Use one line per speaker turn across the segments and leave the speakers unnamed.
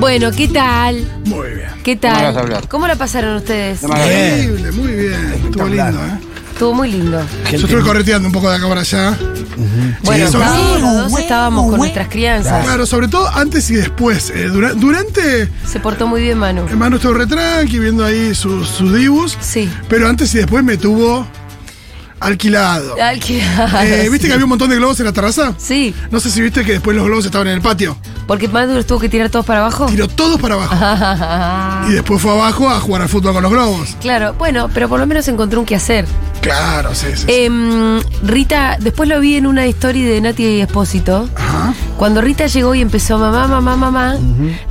Bueno, ¿qué tal?
Muy bien.
¿Qué
me
tal?
hagas hablar.
¿Cómo la pasaron ustedes?
No me hagas hablar.
Increíble, muy bien. Estuvo
Espectacular.
lindo, ¿eh?
Estuvo muy lindo.
Yo estuve correteando un poco de acá para allá.
Bueno,
eso-
estábamos los dos
Huevo,
estábamos con
huevo.
nuestras crianzas.
Claro, sobre todo antes y después. eh, dura- durante,
Se portó muy bien Manu.
hermano, estuvo retranqui, viendo ahí sus, sus dibus.
Sí.
Pero antes y después me tuvo alquilado.
Ay, qué-
Eh, ¿Viste que había un montón de globos en la terraza?
Sí,
No sé si viste que después los globos estaban en el patio.
porque Manu los tuvo que tirar todos para abajo.
Tiró todos para abajo. Y después fue abajo a jugar al fútbol con los globos.
Claro, bueno, pero por lo menos encontró un quehacer.
Claro, sí, sí. sí.
Em, Rita, después lo vi en una historia de Nati y Espósito.
Ajá.
Cuando Rita llegó y empezó mamá, mamá, mamá,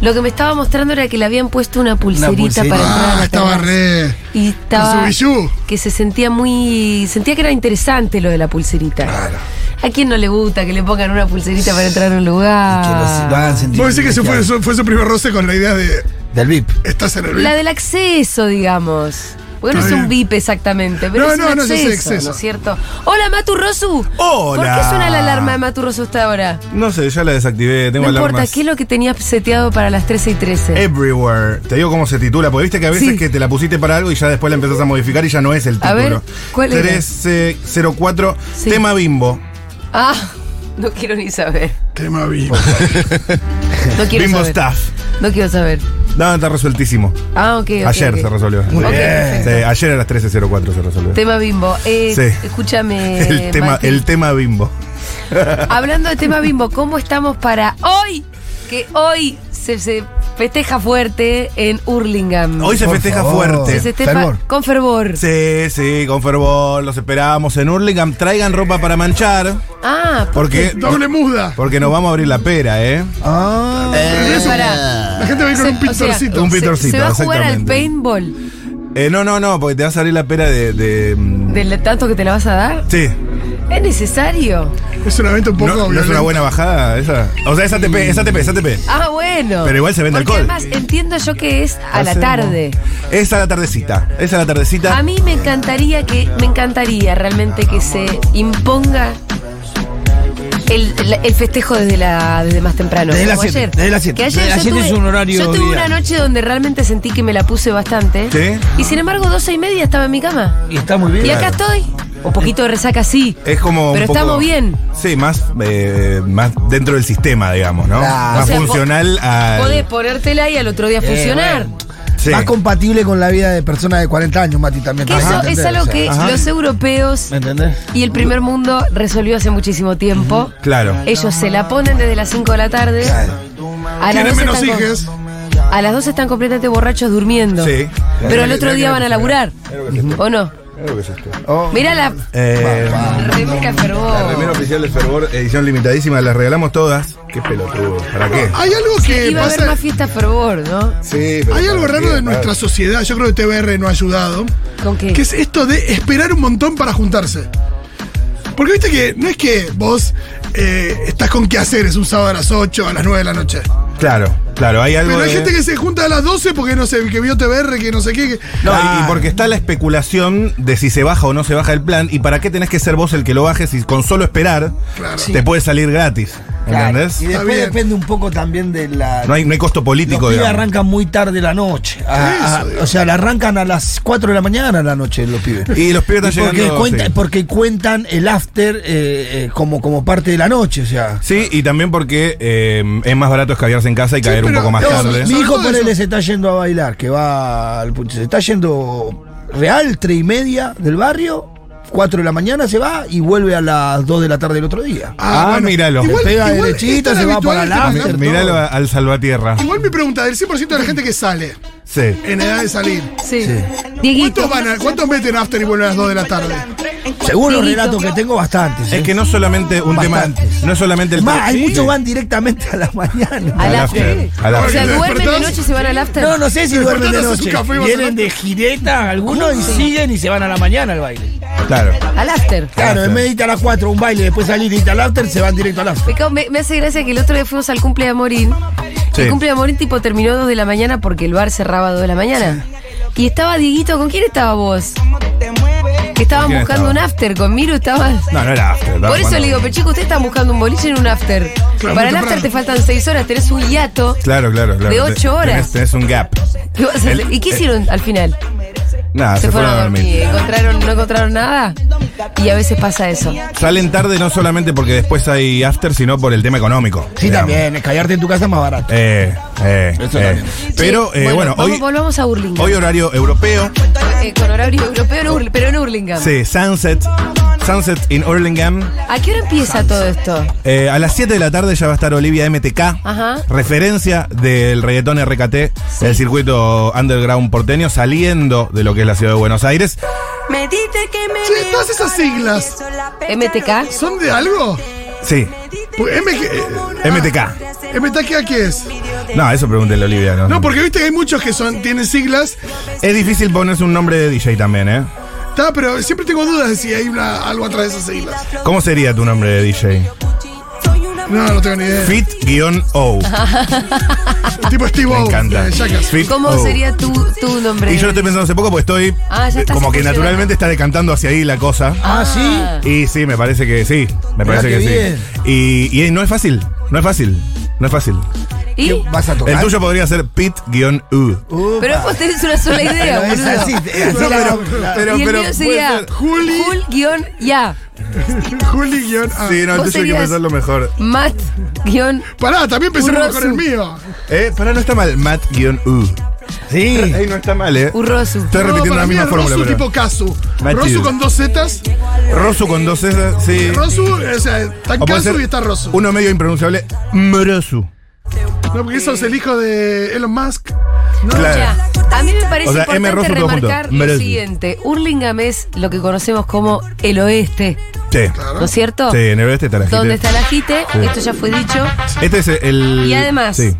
lo que me estaba mostrando era que le habían puesto una pulserita,
pulserita.
para entrar. a
Ah,
la
estaba
terraza.
re.
Y estaba.
Con su bijou.
Que se sentía muy. Sentía que era interesante lo de la pulserita.
Claro.
¿A quién no le gusta que le pongan una pulserita para entrar a un lugar?
Que
Ah.
lo- lo hagan sentir
Vos decís que se fue,
especial.
su- fue su primer roce con la idea de
Del VIP.
estás en el
La del acceso, digamos. Porque no
Está
es un
bien.
VIP exactamente, pero
No,
es un
no, no, yo
acceso,
sé acceso.
¿no es cierto? Hola, Matu Rosu.
Hola.
¿Por qué suena la alarma de Matu Rosu hasta ahora?
No sé, ya la desactivé, tengo
no importa,
alarmas. Eh.
¿qué es lo que tenías seteado para las 13 y 13?
Everywhere. Te digo cómo se titula, porque viste que a veces
Sí.
que te la pusiste para algo y ya después la empezás a modificar y ya no es el título.
A ver, ¿cuál era?
1304,
Sí.
tema bimbo.
Ah, no quiero ni saber.
tema vivo.
No quiero
Bimbo
saber.
Staff.
No quiero saber.
No, está resueltísimo.
Ah, ok. ok,
ayer
ok.
se resolvió.
Muy bien.
Sí,
perfecto.
ayer a las 13.04 se resolvió.
Tema bimbo. Eh,
Sí.
Escúchame.
el, tema,
eh, Mati.
el tema bimbo.
Hablando de tema bimbo, ¿cómo estamos para hoy? Que hoy se, se festeja fuerte en Hurlingham.
Hoy se
Por
festeja
favor.
fuerte.
Se festeja
fervor.
con fervor.
Sí, sí, con fervor, los esperamos en Hurlingham. Traigan ropa para manchar,
Ah,
porque,
Doble muda.
porque nos vamos a abrir la pera, ¿eh?
Ah.
pero
eso-
pará.
La gente va a ir con
Se-
un
o sea,
pintorcito.
Un
se-
pintorcito,
Se va a jugar al
exactamente.
paintball
Eh, no, no, no, porque te va a salir la pera de. de, mm,
del tanto que te la vas a dar.
sí.
¿Es necesario?
Es un evento un poco.
No, no es una
violento.
buena bajada esa? O sea, es ATP, es ATP, es ATP.
Ah, bueno.
Pero igual se vende
Porque
alcohol.
Además, entiendo yo que es a la
Hacemos-
tarde.
Es a la tardecita. Es a la tardecita.
A mí me encantaría que, me encantaría realmente que se imponga el, el- el festejo desde la desde más temprano.
Desde
como
las siete,
ayer.
desde las siete.
Que ayer
Desde
yo
las siete
tuve-
es un horario
Yo tuve una
ideal.
noche donde realmente sentí que me la puse bastante.
Sí.
Y sin embargo, doce y media estaba en mi cama.
Y está muy bien.
Y acá estoy. Un poquito de resaca sí.
Es como. un
Pero
poco-
estamos bien.
Sí, más, eh, más dentro del sistema, digamos, ¿no?
Claro.
Más
O sea,
funcional a.
Podés ponértela y al otro día
Eh,
funcionar.
bueno. Más compatible con la vida de personas de 40 años, Mati, también.
Que
tenés
eso es
entender,
algo
o sea.
que
Ajá.
los europeos
¿Me entendés?
y el primer mundo resolvió hace muchísimo tiempo.
Claro.
Ellos se la ponen desde las 5 de la tarde. A las,
Tienen
12
menos
están con-
hijes.
a las 12 están completamente borrachos durmiendo.
Sí.
Pero al otro
Mira
día
que
van a
lo que
laburar. ¿O no?
Claro que es esto.
Oh.
Mirá la
Eh,
remera
la remera
fervor.
oficial de Fervor, edición limitadísima, las regalamos todas. Qué pelotudo. ¿Para qué?
Ah, Hay algo que
Iba a haber
pasa.
más fiesta fervor, ¿no?
Sí,
Hay algo
¿para
raro
qué?
de nuestra sociedad. Yo creo que TBR no ha ayudado.
¿Con qué?
Que es esto de esperar un montón para juntarse. Porque viste que no es que vos eh, estás con qué hacer, es un sábado a las 8, a las 9 de la noche.
Claro, claro, hay algo
Pero hay
de-
gente que se junta a las 12 porque no sé, que vio TBR, que no sé qué. que-
No, y- y porque está la especulación de si se baja o no se baja el plan y para qué tenés que ser vos el que lo bajes y con solo esperar
Claro.
te puede salir gratis.
Claro.
¿Entendés?
Y
Está
después
bien.
depende un poco también de la.
No hay, no hay costo
Los
político,
pibes
digamos.
arrancan muy tarde la noche. A- a- o sea, la arrancan a las 4 de la mañana la noche los pibes.
Y los pibes están
porque,
llegando,
cuenta-
sí.
porque cuentan el after eh, eh, como, como parte de la noche, o sea.
Sí, y también porque eh, es más barato escabiarse en casa y caer un
pero-
poco más
no,
tarde.
Mi
Sobre
hijo
todo
por
eso.
se está yendo a bailar, que va al punto. Se está yendo real, tres y media del barrio, 4 de la mañana se va y vuelve a las 2 de la tarde del otro día.
Ah, míralo.
Se pega derechito,
es tan
se va
habitual
para
el
la-
tema,
mi-
¿no?
mi-
Miralo a- al salvatierra.
Igual mi pregunta, del 100% de la gente que sale,
Sí.
en edad de salir,
Sí. Dieguito.
¿cuántos, van a- cuántos meten after y vuelven a las 2 de la tarde?
Según los
Dieguito.
relatos que tengo, bastantes.
Es
¿eh?
que no es solamente un
Bastantes.
tema. No es solamente el
Es más, hay
Sí.
muchos van directamente a la mañana.
Al
Al
after.
after, al
O sea,
after.
duermen de
¿Despertás?
noche y se van al after.
No, no sé si
Pero
duermen de
despertás, haces
noche.
un café y vas
Vienen
al-
de gireta algunos y siguen y se van a la mañana al baile.
Claro.
Al after.
Claro, en vez de ir a las 4 un baile, después salir y ir al after, se van directo al after.
Me, ca- me- me hace gracia que el otro día fuimos al cumple de Morín.
Sí.
El cumple de Morín tipo terminó 2 de la mañana porque el bar cerraba 2 de la mañana. Y estaba Dieguito, ¿con quién estaba vos? Que estaban
quién
buscando
estaba?
un after, con Miro estabas.
No, no era after.
Por eso
Cuando-
le digo, pero chico, ustedes están buscando un boliche en un after.
Claro,
Para
muy
el after
temprano.
te faltan seis horas, tenés un hiato.
Claro, claro, claro.
De ocho horas.
Tenés, tenés un gap.
¿Qué vas a hacer?
El- Ah,
¿Y qué hicieron al final?
Nada,
se, fueron a dormir. ¿Encontraron, no encontraron nada? Y a veces pasa eso.
Salen tarde no solamente porque después hay after, sino por el tema económico.
Sí,
digamos.
también, es callarte en tu casa es más barato.
Eh, eh, eh. Pero,
Sí,
eh, bueno,
vamos-
hoy,
volvamos a Burlingame.
hoy horario europeo.
Eh, con horario europeo, no Ur- pero en Hurlingham.
Sí, Sunset. Sunset in Hurlingham.
¿A qué hora empieza todo esto?
Eh, a las 7 de la tarde ya va a estar Olivia MTK,
Ajá.
referencia del reggaetón RKT, el circuito underground porteño, saliendo de lo que es la ciudad de Buenos Aires.
Me diste que me
Che, todas esas siglas.
MTK.
¿Son de algo?
Sí,
Pues, M, que- eh,
MTK.
M taquea, qué es?
No, eso pregúntele a Olivia. No,
No, porque viste que hay muchos que son, tienen siglas.
Es difícil ponerse un nombre de DJ también, ¿eh?
Está, pero siempre tengo dudas de si hay una, algo atrás de esas siglas.
¿Cómo sería tu nombre de DJ?
No, no tengo ni idea.
Fit-O.
tipo Steve eh,
Me
O.
encanta.
de Jackass.
Fit
¿Cómo
O.
sería tu, tu nombre?
eh, Oh. Y yo lo estoy pensando hace poco porque estoy.
Ah, ya estás
como que
fusionando.
naturalmente está decantando hacia ahí la cosa.
Ah, sí.
Y sí, me parece que sí. Me parece
qué
que sí. Y, y no es fácil. No es fácil. No es fácil.
¿Y?
Vas a tocar.
El tuyo podría ser Pit-U.
Upa.
Pero vos tenés una sola idea,
Pero es
boludo.
así, es así
No,
la-
pero-
la-
pero-
Ah, y el mío
puede
sería
ser
Juli-
Jul-ya.
Juli guión A.
Sí, no, el
Vos
tuyo hay que
serías-
pensarlo mejor.
Matt-ya.
Pará, también pensemos con el
Urrosu.
mío.
Eh, para no está mal. Matt-U.
Sí.
Ahí no está mal, eh.
Urrosu.
Estoy repitiendo la misma fórmula,
Rosu
pero.
tipo Casu.
Machi.
Rosu con dos Zetas.
Rosu con dos S, sí.
Rosu, o sea, está
O puede
Casu
ser
y está Rosu.
Uno medio impronunciable. Morosu.
No, porque eso es el hijo de Elon Musk.
Claro.
A mí me parece
O sea, M.
importante
Rosso todo junto.
remarcar lo
Merece.
siguiente. Hurlingham es lo que conocemos como el oeste,
Sí.
¿no es cierto?
Sí, en el oeste está la
Donde
gente.
está la jite,
Sí.
esto ya fue dicho.
Este es el.
Ah, Y además,
Sí.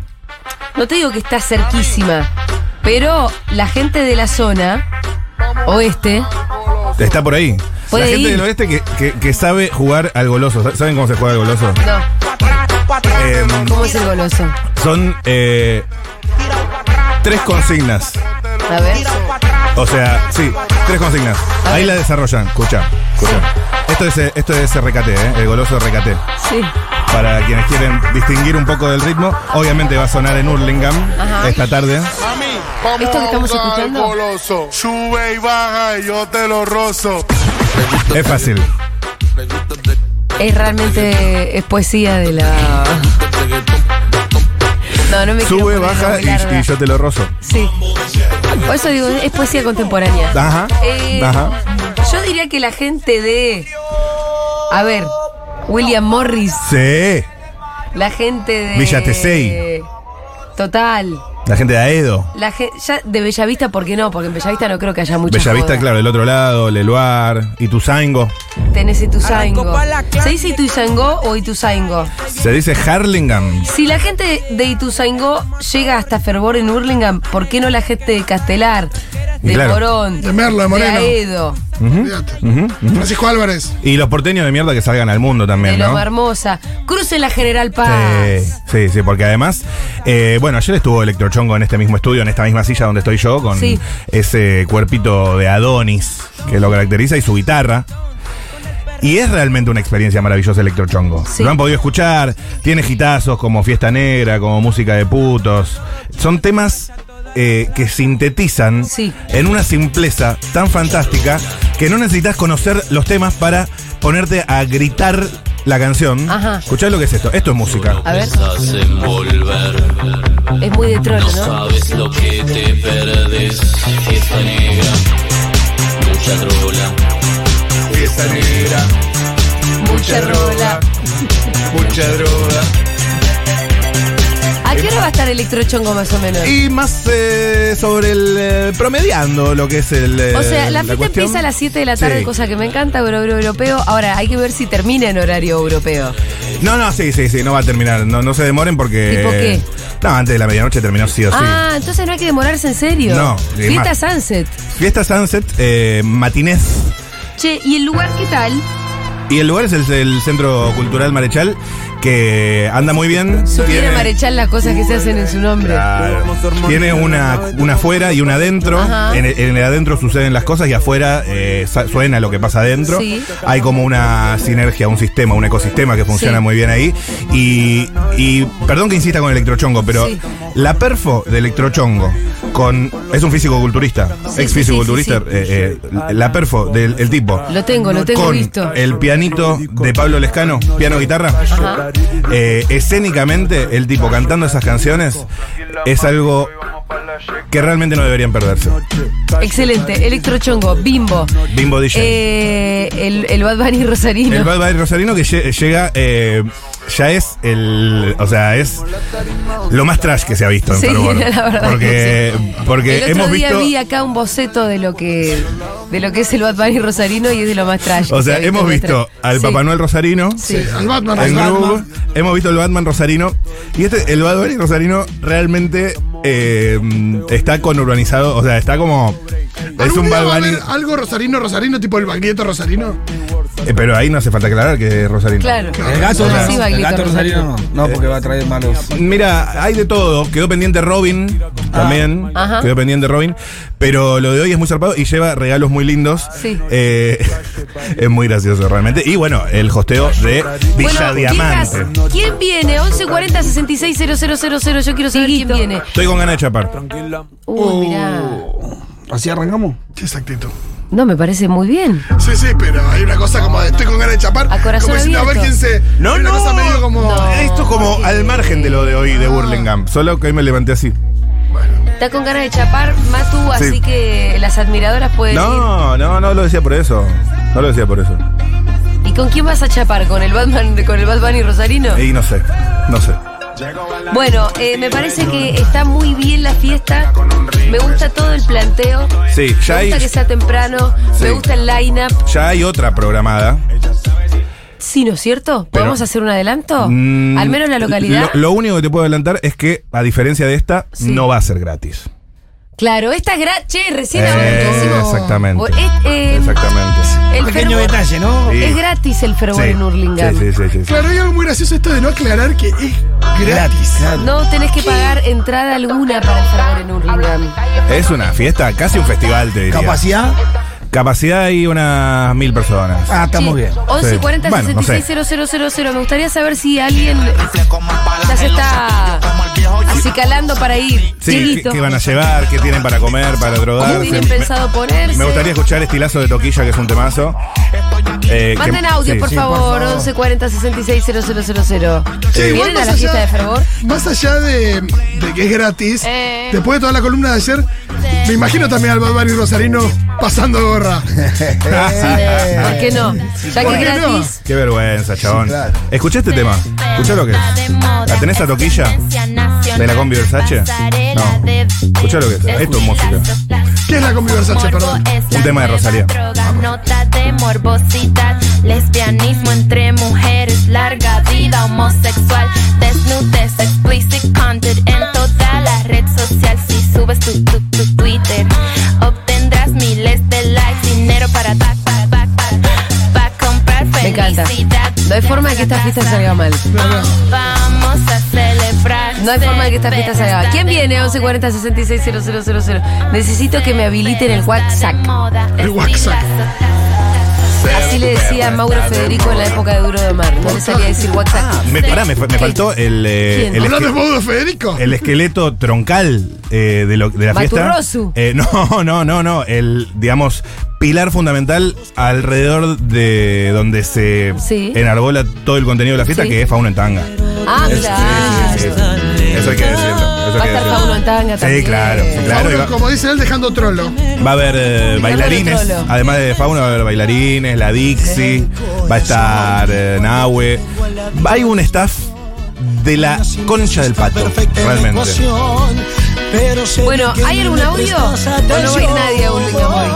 no te digo que está cerquísima, pero la gente de la zona oeste,
Está por ahí.
Puede
la gente
ir.
del oeste que, que- que sabe jugar al goloso. ¿Sa- ¿Saben cómo se juega al goloso?
no,
Eh,
¿cómo es el goloso?
son eh, tres consignas.
A ver.
O sea, sí, tres consignas. Ahí la desarrollan. Escucha, escucha. Esto es, eh, esto es RKT, ¿eh? el goloso RKT.
Sí.
Para quienes quieren distinguir un poco del ritmo, obviamente va a sonar en Hurlingham
Ajá.
esta tarde.
Mami, vamos
¿Esto que
a
estamos
usar
escuchando?
el goloso. Sube y baja y yo te lo rozo.
Es fácil.
Es realmente es poesía de la. No, no me quiero
Sube,
poner
baja
muy
y,
larga.
y yo te lo rozo.
Sí. Por eso digo, es poesía contemporánea.
Ajá.
Eh,
Ah, Ajá.
Yo diría que la gente de. A ver, William Morris,
Sí.
la gente de.
Villa Tesey.
Total.
La gente de Aedo.
La ge- ya de Bellavista, ¿por qué no? Porque en Bellavista no creo que haya mucha
Bellavista,
joda.
claro, del otro lado, Leluar, Ituzaingo.
Tenés Ituzaingo. ¿Se dice Ituzaingó o Ituzaingo?
Se dice Harlingham.
Si la gente de Ituzaingó llega hasta Fervor en Hurlingham, ¿por qué no la gente de Castelar,
Y
de
claro.
Morón,
De Merlo, de Moreno.
Aedo,
Fíjate. Francisco Álvarez.
Y los porteños de mierda que salgan al mundo
de
también, ¿no?
Loma Hermosa? Crucen la General Paz.
Sí, sí, sí, porque además, eh, bueno, ayer estuvo Electrochongo en este mismo estudio, en esta misma silla donde estoy yo, con
Sí.
ese cuerpito de Adonis que lo caracteriza y su guitarra. Y es realmente una experiencia maravillosa Electrochongo.
Sí.
Lo han podido escuchar, tiene gitazos como Fiesta Negra, como Música de Putos. Son temas eh, que sintetizan
Sí.
en una simpleza tan fantástica que no necesitas conocer los temas para ponerte a gritar la canción.
Ajá.
Escuchá lo que es esto. Esto es música.
A ver,
Estás en volver,
es muy de trono, ¿no?
sabes lo que te perdes. Fiesta negra, mucha trola.
Fiesta negra,
Mucha rola.
mucha droga.
¿A qué hora va a estar Electrochongo más o menos?
Y más eh, sobre el eh, promediando lo que es el. eh,
o sea, la fiesta
cuestión.
empieza a las 7 de la tarde,
Sí.
cosa que me encanta, horario europeo. Ahora, hay que ver si termina en horario europeo.
No, no, sí, sí, sí, no va a terminar. No, no se demoren porque.
¿Tipo qué?
No, antes de la medianoche terminó sí o sí.
Ah, entonces no hay que demorarse en serio.
No, y
Fiesta
más.
Sunset.
Fiesta Sunset, eh, matinés.
Che, ¿y el lugar qué tal?
Y el lugar es el, el Centro Cultural Marechal, que anda muy bien.
Supiera Marechal las cosas que se hacen en su nombre.
Claro. Tiene una, una afuera y una adentro.
Ajá.
En el, en el adentro suceden las cosas y afuera eh, sa- suena lo que pasa adentro.
Sí.
Hay como una sinergia, un sistema, un ecosistema que funciona
Sí.
muy bien ahí. Y, y perdón que insista con Electrochongo, pero
Sí.
la perfo de Electrochongo con. Es un físico culturista,
Sí,
ex
sí,
físico culturista. eh,
sí, sí,
la perfo del el tipo.
Lo tengo, lo tengo
con
visto.
el pianito de Pablo Lescano, piano guitarra.
Ajá.
Eh, escénicamente, el tipo cantando esas canciones es algo que realmente no deberían perderse.
Excelente. Electrochongo, Bimbo.
Bimbo DJ.
Eh, el, el Bad Bunny Rosarino.
el Bad Bunny Rosarino que lle- llega, eh, ya es el. O sea, es lo más trash que se ha visto en
Sí,
Perú.
la verdad
Porque,
que sí.
porque
el otro
hemos
día
visto.
vi acá un boceto de lo que de lo que es el Bad Bunny Rosarino y es de lo más trash.
O
que
sea,
se ha
hemos
en
visto
nuestra-
al
Sí,
Papá Noel Rosarino.
Sí.
Al Batman.
En
Batman.
Groove. hemos visto el Batman Rosarino. Y este, el Batman Rosarino realmente eh, está conurbanizado, o sea, está como. Es
¿Algún
un
día va a
Bad Bunny.
haber algo rosarino, rosarino, tipo el banquieto rosarino?
eh, pero ahí no hace falta aclarar que es Rosarino.
Claro.
El gato,
Ah,
no,
sí,
el
Baguito
gato
Rosarino.
rosarino no, no, porque va a traer malos.
Mira, hay de todo. Quedó pendiente Robin también.
Ajá.
Quedó pendiente Robin. Pero lo de hoy es muy zarpado y lleva regalos muy lindos.
Sí.
Eh, es muy gracioso realmente. Y bueno, el hosteo de Villa
Bueno,
Diamante.
chicas, ¿Quién viene? 1140 000 Yo quiero saber quién viene.
Estoy con ganas de chapar. Oh.
Uy, mirá.
¿Así arrancamos?
Sí, exactito.
No, me parece muy bien.
Sí, sí, pero hay una cosa como de estoy con ganas de chapar.
A corazón
como diciendo, a ver quién
abierto.
se. hay una cosa medio como.
No.
Esto como al margen de lo de hoy de Burlingame. Solo que hoy me levanté así.
Está con ganas de chapar, Matu, así
Sí.
que las admiradoras pueden ir.
No, no, no lo decía por eso. No lo decía por eso.
¿Y con quién vas a chapar? ¿Con el Batman, con el Bad Bunny Rosarino?
Y no sé, no sé.
Bueno, eh, me parece que está muy bien la fiesta. Me gusta todo el planteo.
Sí, ya
me
hay,
gusta que sea temprano.
Sí.
Me gusta el line-up.
ya hay otra programada.
Sí, ¿no es cierto?
Pero-
¿Podemos hacer un adelanto?
Mm,
Al menos la localidad.
Lo, lo único que te puedo adelantar es que, a diferencia de esta,
Sí.
no va a ser gratis.
Claro, esta es gratis. Che, recién ahora
Eh,
que hicimos-
exactamente.
O- es, eh,
Exactamente.
El
Pequeño
fervor-
detalle, ¿no?
Sí.
Es gratis el fervor
Sí.
en Hurlingham.
Sí, sí, sí, sí, sí.
Claro, hay algo muy gracioso esto de no aclarar que es gratis.
No tenés que pagar entrada alguna para el fervor en Hurlingham.
Es una fiesta, casi un festival, te diría.
Capacidad,
Capacidad hay unas mil personas.
ah, está muy bien.
11 40
Bueno, no sé.
66 000. Me gustaría saber si alguien ya se está acicalando para ir.
Sí, ¿qué,
Dieguito,
qué van a llevar? ¿Qué tienen para comer, para drogarse?
¿Cómo tienen
Me-
pensado ponerse?
Me gustaría escuchar Estilazo de Toquilla, que es un temazo. Eh,
Manden
que-
audio,
sí,
por,
sí.
favor, 11 40 66 000. ¿Vienen a la fiesta de fervor?
Más allá de, de que es gratis,
Eh.
después de toda la columna de ayer, me imagino también al Bad Bunny Rosarino pasando gorra.
¿Por qué no? Ya
¿Por
que es
qué no?
gratis.
Ah. Qué vergüenza, chabón.
claro.
Escuché este tema. Escuchá lo que es. ¿La tenés a toquilla? ¿De la combi Versace? No. Escuchá lo que es. Esto es música.
¿Qué es la combi Versace, perdón?
Un tema de Rosalía.
Nota de morbosidad, lesbianismo entre mujeres, larga vida homosexual, desnudez, explicit content en toda la red social. Si subes tu, tu, tu Twitter, obtendrás miles de likes, dinero para back, back, back, back, pa' comprar
Me encanta.
felicidad.
No hay forma de que esta fiesta salga mal.
Vamos a celebrar.
No hay forma de que esta fiesta salga. ¿Quién viene? 1140 66 000. Necesito que me habiliten el WhatsApp.
El WhatsApp.
Así le decía Mauro Federico en la época de Duro de Mar. No le salía a decir WhatsApp.
Me, pará, me, fa- me faltó el, eh,
¿Quién?
el,
¿Hablando de
esque-
modo Federico?
el esqueleto troncal eh, de, lo- de la fiesta.
Maturrosu.
Eh, no, no, no, no. El, digamos, pilar fundamental alrededor de donde se
Sí.
enarbola todo el contenido de la fiesta,
Sí.
que es Fauna en Tanga.
Ah,
Sí, sí, sí,
claro.
sí. Eso hay que decirlo.
Va a
eso hay que
estar
decirlo.
Fauno en tanga
Sí,
también.
claro, sí, claro. y
Mauro,
va-
como dice él, dejando trolo.
Va a haber eh, bailarines,
Trolo.
además de Fauna va a haber bailarines, la Dixie, va a estar eh, Nahue. Hay un staff de la concha del pato, realmente.
Bueno, ¿hay algún audio? ¿O no va a ir nadie a un Lincoln hoy?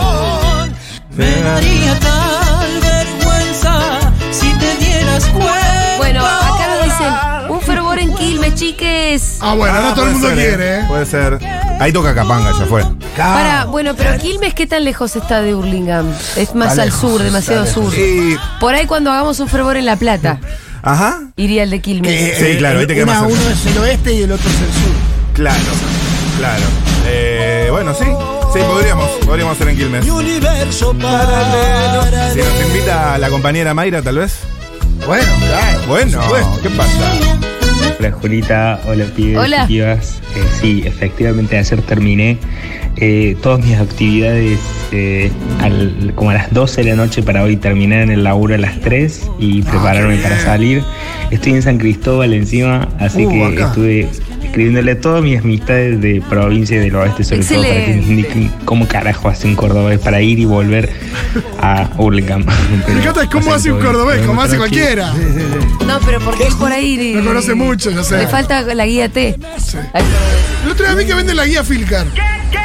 Bueno, acá nos dicen un fervor en Quilmes, chicos. chiques.
Ah, bueno,
Ah,
no todo el
puede
mundo
ser,
quiere, ¿eh?
Puede ser. Ahí toca Capanga, ya fue.
Para, bueno, pero Quilmes, ¿qué tan lejos está de Hurlingham? Es más
Está
al
lejos,
sur,
está
demasiado
lejos.
sur.
Y-
Por ahí cuando hagamos un fervor en La Plata,
Ajá.
iría el de Quilmes.
Sí, claro, ahí te queda
Eh, una-
más cerca.
Uno es el oeste y el otro es el sur.
Claro, claro. Eh, bueno, sí. Sí, podríamos. Podríamos hacer en Quilmes.
Universo paralelo.
Si nos invita la compañera Mayra, tal vez.
Bueno, claro.
Bueno, ¿qué pasa?
Hola Julita, hola pibes
Hola.
y pibas. Eh, sí, efectivamente ayer terminé eh, todas mis actividades eh, al- como a las 12 de la noche para hoy terminar en el laburo a las 3 y prepararme para salir. Estoy en San Cristóbal encima, así
Uh,
que
acá.
estuve escribiéndole a todas mis amistades de provincia y del oeste sobre todo para que me
Excelente.
indiquen cómo carajo hace un cordobés para ir y volver a Hurlingham. Pero
Me encanta cómo
pasen
hace un
todo bien.
cordobés,
Nos
como
vemos
hace
tranqui.
cualquiera.
No, pero porque es por ahí.
No conoce mucho, ya sé.
Le falta la guía T.
Sí.
Ay,
El otro día vi que venden la guía Filcar.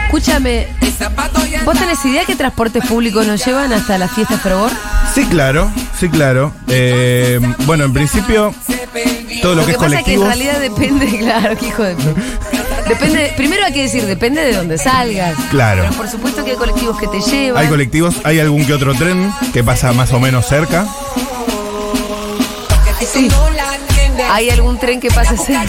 Escúchame, ¿vos tenés idea qué transportes públicos nos llevan hasta la fiesta Fervor?
Sí, claro, sí, claro. Eh, bueno, en principio, todo
Lo
lo que
que
es
pasa es que
colectivo.
en realidad depende, claro, qué hijo de. Depende, primero hay que decir, depende de dónde salgas.
Claro.
Pero por supuesto que hay colectivos que te llevan.
Hay colectivos, hay algún que otro tren que pasa más o menos cerca.
Sí. Hay algún tren que pasa cerca.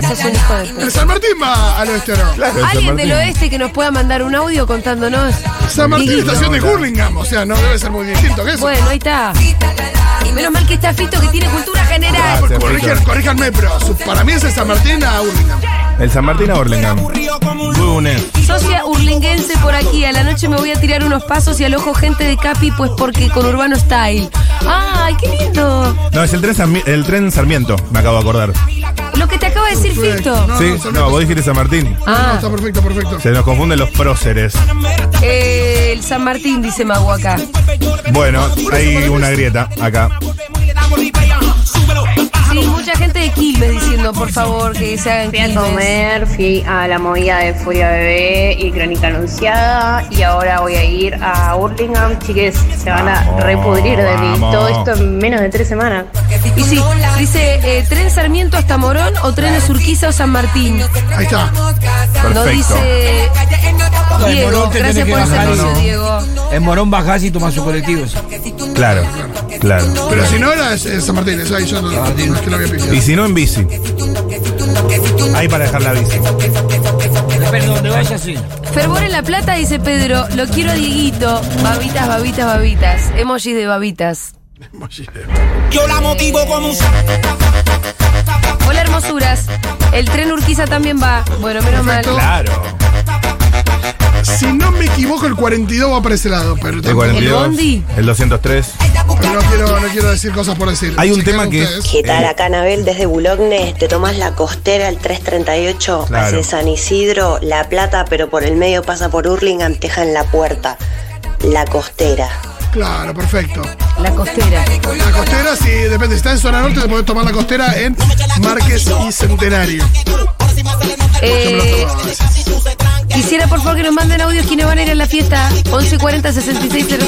No, sos un hijo de. puta.
El San Martín va al oeste, ¿no?
Claro, San
Alguien
Martín.
del oeste que nos pueda mandar un audio contándonos.
San Martín,
Dieguito.
estación de Hurlingham. O sea, no debe ser muy distinto que eso.
Bueno, ahí está. Menos mal que está Fito que tiene cultura general.
Ah,
Gracias,
Corrijan-
Fito.
corríjanme, pero su- para mí es el San Martín a Hurlingham.
El San Martín a Burlingame. Lunes.
Socia urlinguense por aquí. A la noche me voy a tirar unos pasos y alojo gente de Capi, pues porque con Urbano Style. ¡Ay, qué lindo!
No, es el tren, Sarmi- el tren Sarmiento, me acabo de acordar.
Lo que te acaba de decir Fito.
No,
sí,
no,
no, vos dijiste San Martín.
No,
Ah,
está perfecto, perfecto.
Se nos confunden los próceres.
eh, el San Martín, dice Mago acá.
Bueno, hay una grieta acá.
Sí, mucha gente de Quilmes diciendo, por favor, que se hagan Quilmes.
fui a la movida de Furia Bebé y Crónica Anunciada y ahora voy a ir a Hurlingham. Chiques, se van a
Vamos,
repudrir de mí.
vamos.
Todo esto en menos de tres semanas.
Y sí, dice, eh, ¿tren Sarmiento hasta Morón o trenes Urquiza o San Martín?
Ahí está.
No
Perfecto.
dice Diego.
Morón te
Gracias
tenés
por el
que bajar,
servicio,
¿no?
Diego.
En Morón bajás y tomás sus colectivos.
Claro, claro.
Pero si no era es- es San Martín, es ahí yo no, no es que lo había pillado.
Y si no, en bici. Ahí para dejar la bici.
Depende de donde vayas, sí.
Fervor en la plata, dice Pedro. Lo quiero a Dieguito. Babitas, babitas, babitas. Emojis de babitas.
Yo la motivo como un
Hola, hermosuras. El tren Urquiza también va. Bueno, menos mal.
Perfecto.
Claro.
Si no me equivoco, el 42 va para ese lado, pero,
El
tampoco-
42.
¿El bondi?
El 203.
pero no, quiero, no quiero decir cosas por decir.
Hay un
Si
tema
quieren
que-
ustedes.
¿Qué tal acá, Anabel? Desde Bulogne, te tomas la costera al 338
Claro.
hacia San Isidro, La Plata, pero por el medio pasa por Hurlingham, te dejan la puerta. La costera.
Claro, perfecto.
La costera.
La costera, si depende, si estás en zona norte, te podés tomar la costera en Márquez y Centenario.
Eh, quisiera, por favor, que nos manden audios quienes van a ir a la fiesta. 1140 660000.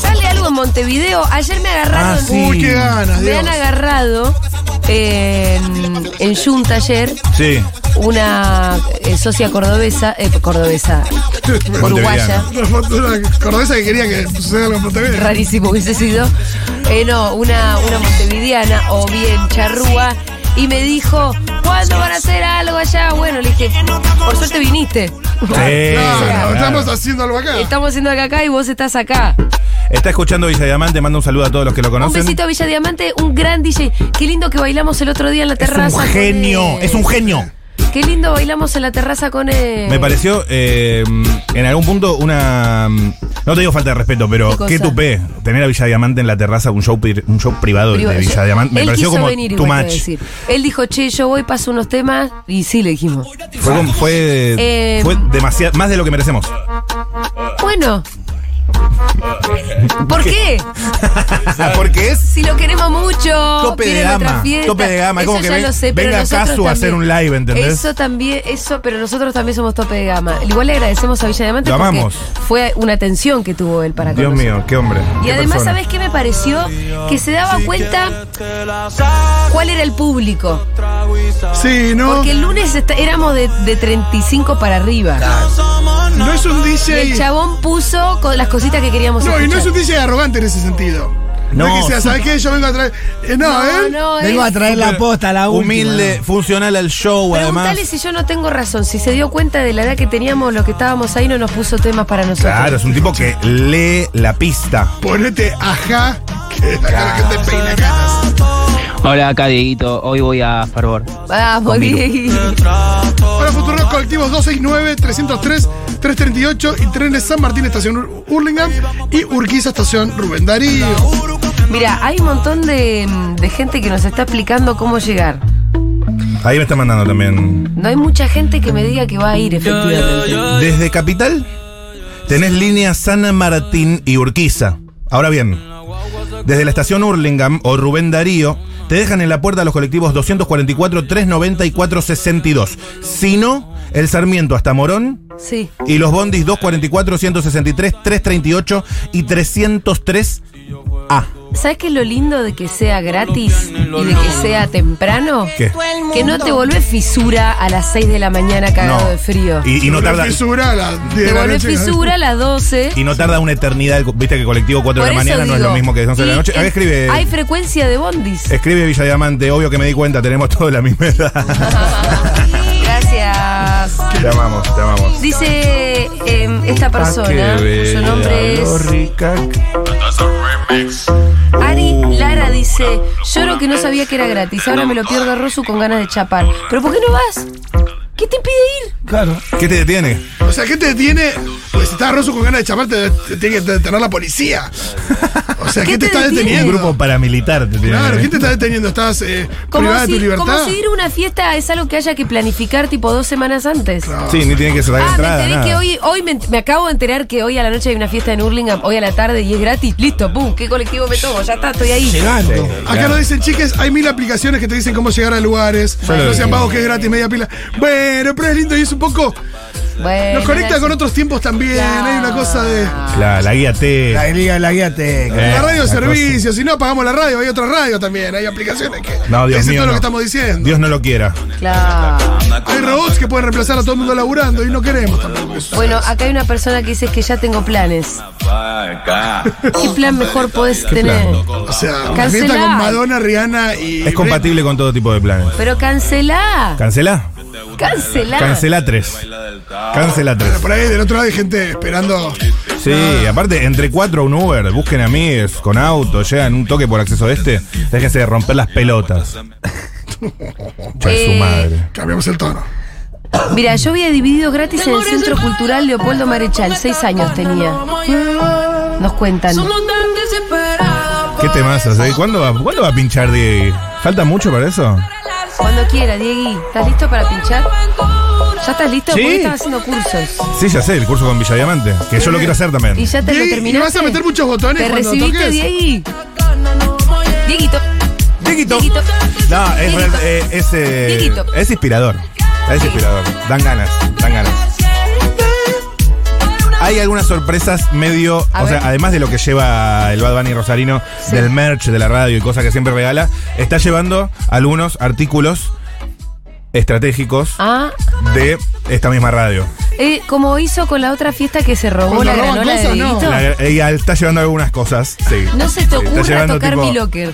Sale algo en Montevideo. Ayer me agarraron.
Ah, sí.
Uy, qué ganas,
Me
Dios.
han agarrado en, en Junta ayer
Sí.
una eh, socia cordobesa, eh, cordobesa, uruguaya,
Montevideana.
Una foto- una cordesa que quería que suceda algo en Montevideo.
rarísimo hubiese sido, eh, no, una, una montevideana o bien charrúa, y me dijo, ¿cuándo van a hacer algo allá? Bueno, le dije, por suerte viniste.
Sí,
Claro,
claro.
estamos haciendo algo acá.
Estamos haciendo acá acá y vos estás acá.
Está escuchando Villa Diamante, manda un saludo a todos los que lo
Un
conocen.
besito a Villa Diamante, un gran DJ. Qué lindo que bailamos el otro día en la terraza.
es un
con
genio,
él.
es un genio.
Qué lindo bailamos en la terraza con él.
Me pareció eh, en algún punto una. No te digo falta de respeto, pero
¿Qué cosa?
qué tupé tener a Villa Diamante en la terraza, un show, pri- un show privado
Priva-
de Villa
yo-
Diamante. Me
él
pareció
quiso
como
venir,
too
igual te
much.
voy a decir. Él dijo, che, yo voy, paso unos temas. Y sí, le dijimos.
Fue, como- fue,
Eh,
fue demasiado, más de lo que merecemos.
Bueno. ¿Por qué?
Ah, Porque es
Si lo queremos mucho.
Tope de
viene
gama,
nuestra fiesta.
tope de gama, es
Eso
como que
ya
ven-
lo sé, pero
venga
nosotros
Casu a hacer
también.
un live, ¿entendés?
Eso también, eso, pero nosotros también somos tope de gama. Igual le agradecemos a Villa Diamante
Lo
porque
amamos.
fue una atención que tuvo él para
Dios
con
mío, qué hombre.
Y
qué
además,
persona.
¿sabes qué me pareció? Que se daba cuenta cuál era el público.
Sí, no.
Porque el lunes está- éramos de, de 35 para arriba.
No es un
Y
DJ.
el chabón puso co- las cositas que queríamos
No, y no
escuchar.
es un DJ arrogante en ese sentido. No,
No,
es que sea,
sí.
¿sabes qué? Yo vengo a traer. eh, no,
No,
¿eh?
no,
Vengo
es-
a traer la posta, la Ah, última.
Humilde, funcional al show, además.
Preguntale si yo no tengo razón, si se dio cuenta de la edad que teníamos, los que estábamos ahí no nos puso temas para nosotros.
Claro, es un tipo que lee la pista.
Ponete ajá. Que la cara que te peina caras.
Hola, acá Dieguito. Hoy voy a Fervor.
Vamos,
Conmigo.
Diego.
Para futuros colectivos 269, 303, 338 y trenes San Martín, estación Ur- Hurlingham y Urquiza, estación Rubén Darío.
Mira, hay un montón de, de gente que nos está explicando cómo llegar.
Ahí me está mandando también.
No hay mucha gente que me diga que va a ir, efectivamente.
Desde Capital tenés línea San Martín y Urquiza. Ahora bien, desde la estación Hurlingham o Rubén Darío, te dejan en la puerta los colectivos 244, 390 y 462. Si no, el Sarmiento hasta Morón
Sí.
y los bondis 244, 163, 338 y 303A.
¿Sabes qué es lo lindo de que sea gratis y de que sea temprano?
¿Qué?
Que no te volvés fisura a las 6 de la mañana cagado
No.
de frío.
Y, y no
Una
tarda.
fisura a las 10 de
Te
la
volvés
noche.
fisura a las 12.
Y no tarda una eternidad. el co- Viste que colectivo 4 de la
Por eso
mañana no es lo
digo,
mismo que 11 de la
y
noche. A ver,
el-
escribe.
Hay frecuencia de bondis.
Escribe Villa Diamante, obvio que me di cuenta, tenemos todos la misma edad.
Gracias.
te amamos, te amamos.
Dice em,
Ah,
esta persona, cuyo nombre es Ari Lara, dice, lloro que no sabía que era gratis, ahora me lo pierdo a Rosu con ganas de chapar. ¿Pero por qué no vas? ¿Qué te impide ir?
Claro.
¿Qué te detiene?
O sea, ¿qué te detiene? Pues si estás roso con ganas de chapar, te, te tiene que detener la policía. O sea, ¿qué,
¿Qué
te,
te
está
detiene?
Un
deteniendo?
grupo paramilitar te tiene.
Claro,
¿eh?
¿quién te está deteniendo? ¿Estás eh,
Como
privada de
si,
tu libertad?
como si ir a una fiesta es algo que haya que planificar tipo dos semanas antes.
Sí, ni tienen que cerrar
Ah, me
entrada.
enteré
nada.
que hoy, hoy me, me acabo de enterar que hoy a la noche hay una fiesta en Hurlingham, hoy a la tarde y es gratis. Listo, pum, ¿qué colectivo me tomo? Ya está, estoy ahí.
Llegando.
Acá nos dicen, chiques, hay mil aplicaciones que te dicen cómo llegar a lugares.
lo
no sean
digo.
pagos que es gratis, media pila. Bueno, pero es lindo y es un poco.
Bueno,
Nos conecta
gracias.
con otros tiempos también.
Claro.
Hay una cosa de.
La, la guía T.
La liga, la guía teca.
Eh,
La radio de
la
servicio, si no apagamos la radio, hay otra radio también, hay aplicaciones que
No, Dios
dicen
mío,
todo lo
no.
que estamos diciendo.
Dios no lo quiera.
Claro.
Hay robots que pueden reemplazar a todo el mundo laburando y no queremos tampoco eso.
Bueno, acá hay una persona que dice que ya tengo planes. ¿Qué plan mejor podés tener?
O sea, una
Cancelá.
fiesta con Madonna, Rihanna y.
Es compatible con todo tipo de planes.
Pero cancelá.
¿Cancelá?
Cancelá.
Cancela 3. Cancela 3.
Por ahí del otro lado hay gente esperando.
Sí, aparte, entre cuatro un Uber, busquen amigues con auto, llegan un toque por acceso este, déjense de romper las pelotas. Concha de su
Eh,
madre.
Cambiamos el tono.
Mira, yo había dividido gratis en el Centro Cultural Leopoldo Marechal. Seis años tenía. Nos cuentan.
¿Qué temas haces? ¿Cuándo va, ¿Cuándo va a pinchar Diego? ¿Falta mucho para eso?
Cuando quiera, Diegui. ¿Estás listo para pinchar? ¿Ya estás listo?
Sí.
Porque estás haciendo cursos.
Sí, ya sé, el curso con Villa Diamante, que yo lo quiero hacer
¿Y
también.
ya te
Diegui,
lo
¿y
terminaste?
vas a meter muchos botones
¿Te
cuando
recibiste,
toques?
Diegui? Dieguito.
Dieguito.
Dieguito.
No, es,
Dieguito.
eh, es, eh,
Dieguito.
es inspirador. Es inspirador. Dan ganas, dan ganas. Hay algunas sorpresas medio,
A
o sea,
ver.
además de lo que lleva el Bad Bunny Rosarino,
Sí.
del merch, de la radio y cosas que siempre regala, está llevando algunos artículos estratégicos
Ah,
de esta misma radio.
eh, como hizo con la otra fiesta que se robó
Cuando
la
roban
granola de
cosas, no.
Dieguito.
La- ella está llevando algunas cosas, sí.
No se te
Sí, está
ocurra
llevando,
tocar
tipo,
mi locker.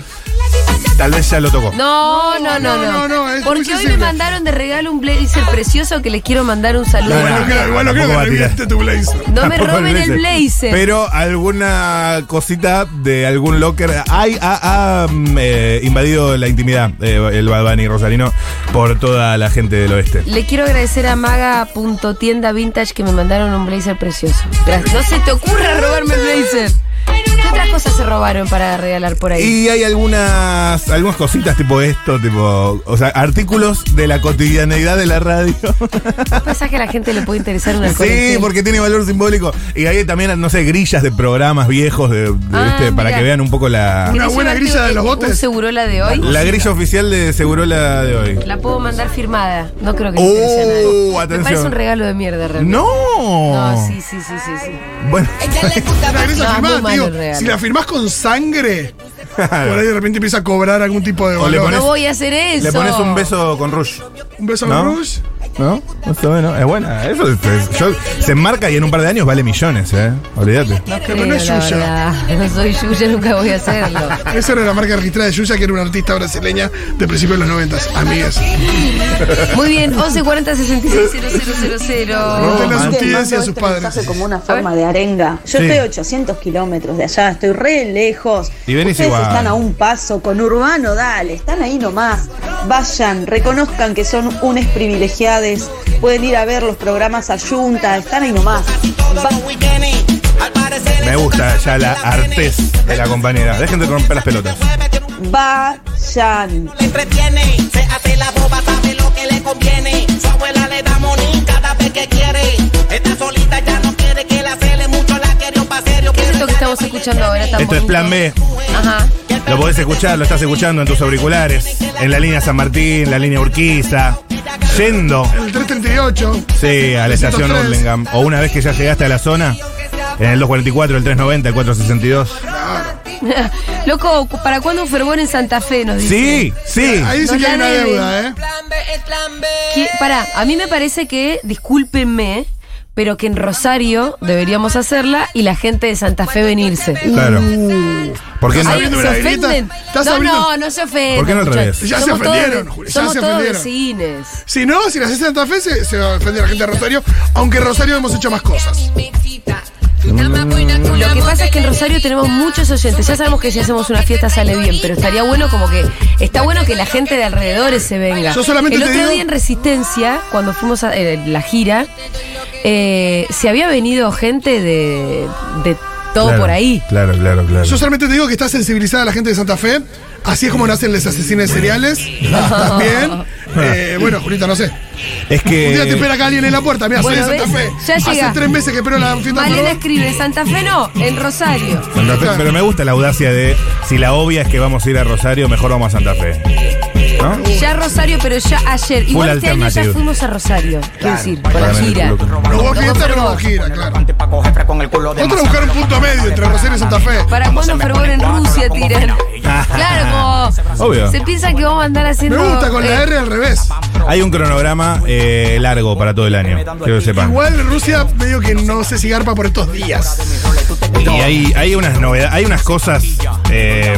Tal vez ya lo tocó.
No, no, no,
no,
no.
no, es muy
Porque hoy
sensible.
me mandaron de regalo un blazer precioso que les quiero mandar un saludo.
No,
Igual
no,
lo creo- igual lo creo
tampoco
que
va a tirar.
reviviste tu blazer.
No me
Tampoco
roben el blazer.
Pero alguna cosita de algún locker. Ay, ha, ha, mm, eh, invadido la intimidad eh, el Bad Bunny Rosalino por toda la gente del oeste.
Le quiero agradecer a maga.tienda vintage que me mandaron un blazer precioso. Gracias. No se te ocurra robarme el blazer. ¿Qué otras cosas se robaron para regalar por ahí?
Y hay algunas, algunas cositas tipo esto, tipo, o sea, artículos de la cotidianeidad de la radio.
¿No pensás que a la gente le puede interesar una cosa?
Sí, porque tiene valor simbólico. Y hay también, no sé, grillas de programas viejos de, de
Ah,
este, para
mira.
que vean un poco la,
Una buena grilla de los botes.
¿Un segurola de hoy?
la grilla oficial de Segurola de hoy.
La puedo mandar firmada. No creo que le interese a nadie.
¡Oh!
Me parece un
Atención.
regalo de mierda realmente.
¡No!
No, sí, sí, sí, sí. sí.
Bueno,
Una grilla
No,
firmada,
muy malo
digo,
el regalo.
si la firmás con sangre, por ahí de repente empieza a cobrar algún tipo de
O
valor.
le pones-
No voy a hacer eso.
le pones un beso con Rush.
Un beso a
¿No?
Rouge.
¿No? Más o menos. Es buena. Eso es- es- yo- se enmarca y en un par de años vale millones, ¿eh? Olvídate.
No
pero no
creo,
es
la
Yuya.
verdad. No soy Yuya, nunca voy a hacerlo.
Esa era la marca registrada de Yuya, que era una artista brasileña de principios de los noventas. Amigas.
Oh, Muy bien, 1140
Rómpele a
660000.
sus tías y a sus
este
padres.
mensaje como una forma de arenga. Yo
Sí.
estoy a 800 kilómetros de allá, estoy re lejos.
Y venís
Ustedes
igual.
están a un paso con Urbano, dale, están ahí nomás. Vayan, reconozcan que son unes privilegiades, pueden ir a ver los programas a Junta, están ahí nomás.
Me gusta ya la artez de la compañera. Dejen de romper las pelotas.
Va- vayan.
Le entretiene, se hace la boba, sabe lo que le conviene. Su abuela le da monín cada vez que quiere. Está solita, ya no quiere que la cele mucho, la querió pa' serio.
¿Qué es esto que estamos escuchando ahora tan
Esto es
bonito?
plan B.
Ajá.
Lo podés escuchar, lo estás escuchando en tus auriculares. En la línea San Martín, la línea Urquiza. Yendo,
El 338.
sí, a la estación
303.
Hurlingham. O una vez que ya llegaste a la zona, en el 244, el 390, el 462.
Loco, ¿para cuándo un fervor en Santa Fe? Nos dice.
Sí, sí.
Ahí dice
Nos
que hay
la
una
deben.
deuda, ¿eh?
Que- Pará, a mí me parece que, discúlpenme, pero que en Rosario deberíamos hacerla y la gente de Santa Fe venirse.
Claro. ¿Por qué no?
Ay,
abriendo
¿Se
una grieta?
ofenden?
¿Estás
no,
abriendo-
no, no se ofenden.
¿Por qué no al
muchachos.
revés?
Ya se
Somos todos
ofendieron,
ve-
Juli, ya
Somos
se
todos
ofendieron.
vecines.
Si no, si la haces en Santa Fe, se, se va a ofender la gente de Rosario, aunque en Rosario hemos hecho más cosas.
Lo que pasa es que en Rosario tenemos muchos oyentes. Ya sabemos que si hacemos una fiesta sale bien, pero estaría bueno como que está bueno que la gente de alrededores se venga.
Yo solamente
el
te
otro
digo-
día en Resistencia, cuando fuimos a eh, la gira, eh, se había venido gente de, de todo
Claro,
por ahí.
Claro, claro, claro.
Yo solamente te digo que está sensibilizada la gente de Santa Fe. Así es como nacen los asesinos seriales. También. Eh, bueno, Julita, no sé.
Es que.
Un día te espera acá alguien en la puerta. Mira,
Bueno,
soy de Santa
¿ves?
Fe.
Ya
Hace
llega.
tres meses que espero la fiesta. de
Malena
Fervor.
escribe, Santa Fe no, en Rosario.
Santa Fe, pero me gusta la audacia de si la obvia es que vamos a ir a Rosario, mejor vamos a Santa Fe. ¿No?
Ya Rosario, pero ya ayer. Igual este año ya
alternative.
fuimos a Rosario. Quiero decir, por la
Claramente,
gira.
loco.
No hubo fiesta, pero hubo gira, claro. Otro buscar un punto medio entre Rosario y Santa Fe.
¿Para cuándo fervor en Rusia tiran? Claro, como.
Obvio.
Se piensa que vamos a andar
Me
haciendo.
gusta con la
eh,
R al revés.
Hay un cronograma eh, largo para todo el año, quiero que sepan.
Igual Rusia medio que no sé si garpa por estos días.
Y hay, hay unas novedades, hay unas cosas eh,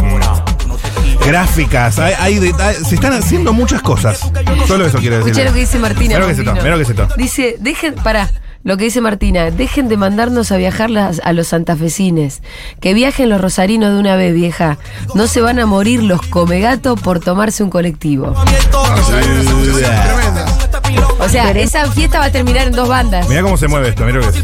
gráficas, hay, hay de- hay- se están haciendo muchas cosas. Solo eso quiero decir.
Escuché lo que dice Martina.
Mira lo que es esto,
Mondino.
mira lo que es esto.
Dice, dejen, pará, lo que dice Martina, dejen de mandarnos a viajar las- a los santafesines. Que viajen los rosarinos de una vez, vieja. No se van a morir los comegatos por tomarse un colectivo.
O sea, hay unas acusaciones tremendas.
O sea, esa fiesta va a terminar en dos bandas.
Mira cómo se mueve esto, mira lo que es.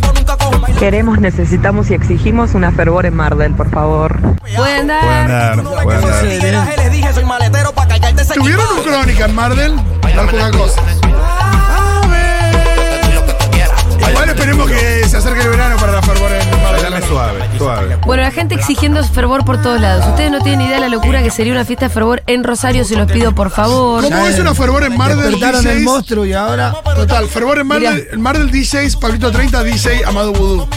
Queremos, necesitamos y exigimos una fervor en Mardel, por favor.
Puede
Puede
andar.
andar, puede andar.
Le dije, soy maletero pa' callarte ese
Tuvieron un crónica en Mardel, dar poca cosa. Igual esperemos que se acerque el verano para la fervor en
Dame
Mardel.
suave, suave.
Bueno, la gente exigiendo fervor por todos lados. Ustedes no tienen idea de la locura que sería una fiesta de fervor en Rosario, se los pido por favor.
¿Cómo es una fervor en Mardel
Despertaron el
DJs?
monstruo y ahora.
Total, fervor en Mardel, en Mardel DJs, Pablito 30, DJ Amado Vudú.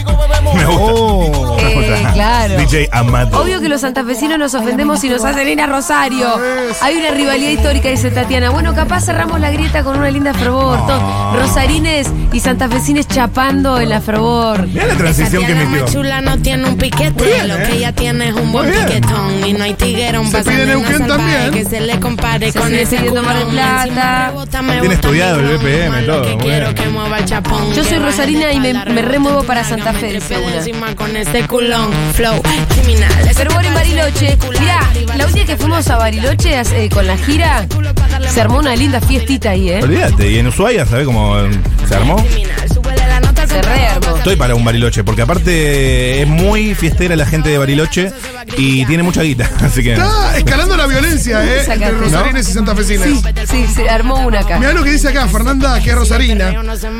Me gusta.
Oh.
me
Eh,
gusta.
claro.
DJ Amato.
Obvio que los santafesinos nos ofendemos si nos hacen ir a Rosario. Hay una rivalidad histórica, dice Tatiana. Bueno, capaz cerramos la grieta con una linda fervor. Todos Rosarines y santafesines chapando en la fervor.
Mira la transición que metió.
chula no tiene un piquete,
Muy bien,
lo
¿eh?
que ella tiene es un buen
bien.
piquetón y no hay tiguerón
Se
pasa
pide
nena
Neuquén
salvaje
también.
que se le compare
Se
con
sigue
ese
pidiendo Mar del
culón.
Plata.
Encima me bota, me
Tiene
bota
estudiado el
mi clon,
BPM
más
y todo,
Lo que
muy
quiero
bien.
que mueva el chapón.
Yo soy
que baje
rosarina
de
y me-
espalda,
me remuevo
remonte
para
temprano,
Santa
me
Fe,
trepé
dice una.
encima con ese culón, flow criminal. Ese
Pero bueno, en
parece
Bariloche.
particular,
Mirá,
rival,
la última que fuimos a Bariloche hace- eh, con la gira, se armó una linda fiestita ahí, ¿eh?
Olvídate, y en Ushuaia, ¿sabes cómo eh, se armó?
criminal. Súbele la nota al
Se
contrabajo,
rearmó.
Estoy para un Bariloche, porque aparte es muy fiestera la gente de Bariloche. y tiene mucha guita, así que.
Está escalando la violencia, ¿eh?
Sácate.
Entre rosarines y santafesinas.
Sí, sí, se armó una acá.
Mirá lo que dice acá Fernanda, que es rosarina.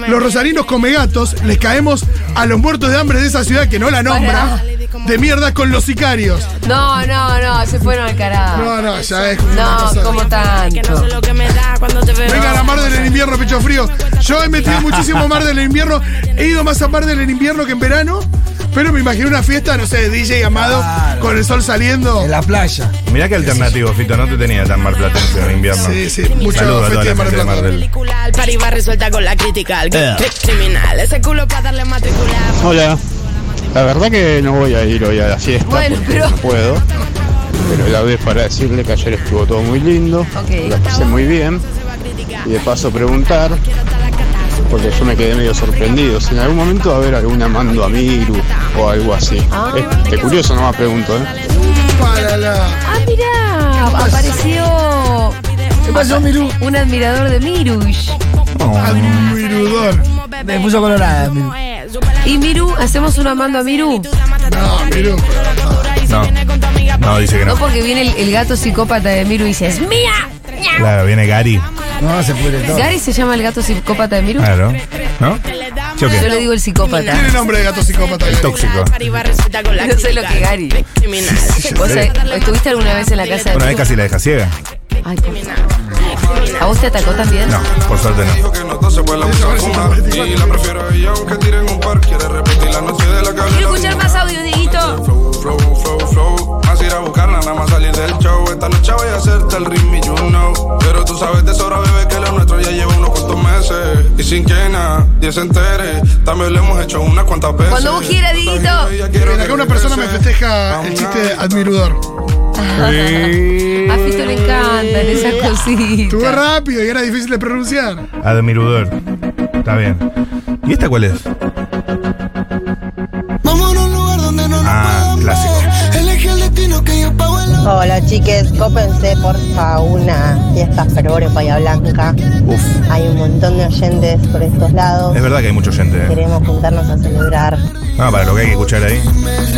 Los rosarinos come gatos, les caemos a los muertos de hambre de esa ciudad que no la nombra, de mierda con los sicarios.
No, no, no, se fueron al carajo.
No, no, ya es.
No, como tanto.
Vengan a Mar del Invierno, pecho frío. Yo he metido muchísimo a Mar del Invierno. He ido más a Mar del Invierno que en verano. Pero me imagino una fiesta, no sé, de DJ Amado con el sol saliendo.
En la playa.
Mirá qué alternativo, Fito, no te tenía tan marplatense en invierno.
Sí, sí, mucho
Saludos a
festi
toda la
de Mar
gente de Mar del
Al pari va resuelta con la crítica. Al
Eh.
criminal. Ese culo para darle matrícula.
Hola. La verdad que no voy a ir hoy a la fiesta
Bueno,
porque
pero-
no puedo. Pero la vez para decirle que ayer estuvo todo muy lindo,
Ok.
la pasé muy bien. Y de paso preguntar, porque yo me quedé medio sorprendido, si en algún momento va a haber algún Amando Amiru o algo así. Este, curioso nomás pregunto, ¿eh?
Para la.
Ah, mirá, apareció. Miru? Un admirador de Mirush.
Admirador.
Me puso colorada. Miru.
¿Y Miru? ¿Hacemos un amando a Miru?
No, Miru.
No. No, dice que
No,
no.
porque viene el, el gato psicópata de Miru y dice, ¡es mía!
Claro, viene Gary.
No, se pudre todo.
¿Gary se llama el gato psicópata de
Ah,
Miru?
Claro. ¿No? ¿Sí o qué?
Yo le digo el psicópata.
Tiene nombre de gato psicópata.
El tóxico.
No sé lo que Gary. ¿Vos
sé.
sabés- ¿Estuviste alguna vez en la casa de
Una vez casi la deja ciega.
Ay, por favor. ¿A vos te atacó también?
No, por suerte no.
pues,
Quiero escuchar más audio, Dieguito.
Vas a ir a buscarla, nada más salir del show. Esta noche voy a hacerte el ritmo y you know. Pero tú sabes de sobra, bebé, que lo nuestro ya lleva unos cuantos meses. Y sin que nadie se entere, también lo hemos hecho unas cuantas veces.
Cuando vos quieras, Dieguito.
Miren, acá una persona me festeja el chiste de admirador.
A Fito le encantan esas
Estuvo
cositas.
rápido y era difícil de pronunciar.
Admirador. Está bien. ¿Y esta cuál es? Ah, clásico.
Hola chiques, cópense porfa una fiesta fervor en Bahía Blanca. Hay un montón de oyentes por estos lados.
Es verdad que hay mucho gente.
Queremos juntarnos a celebrar.
No, para lo que hay que escuchar ahí.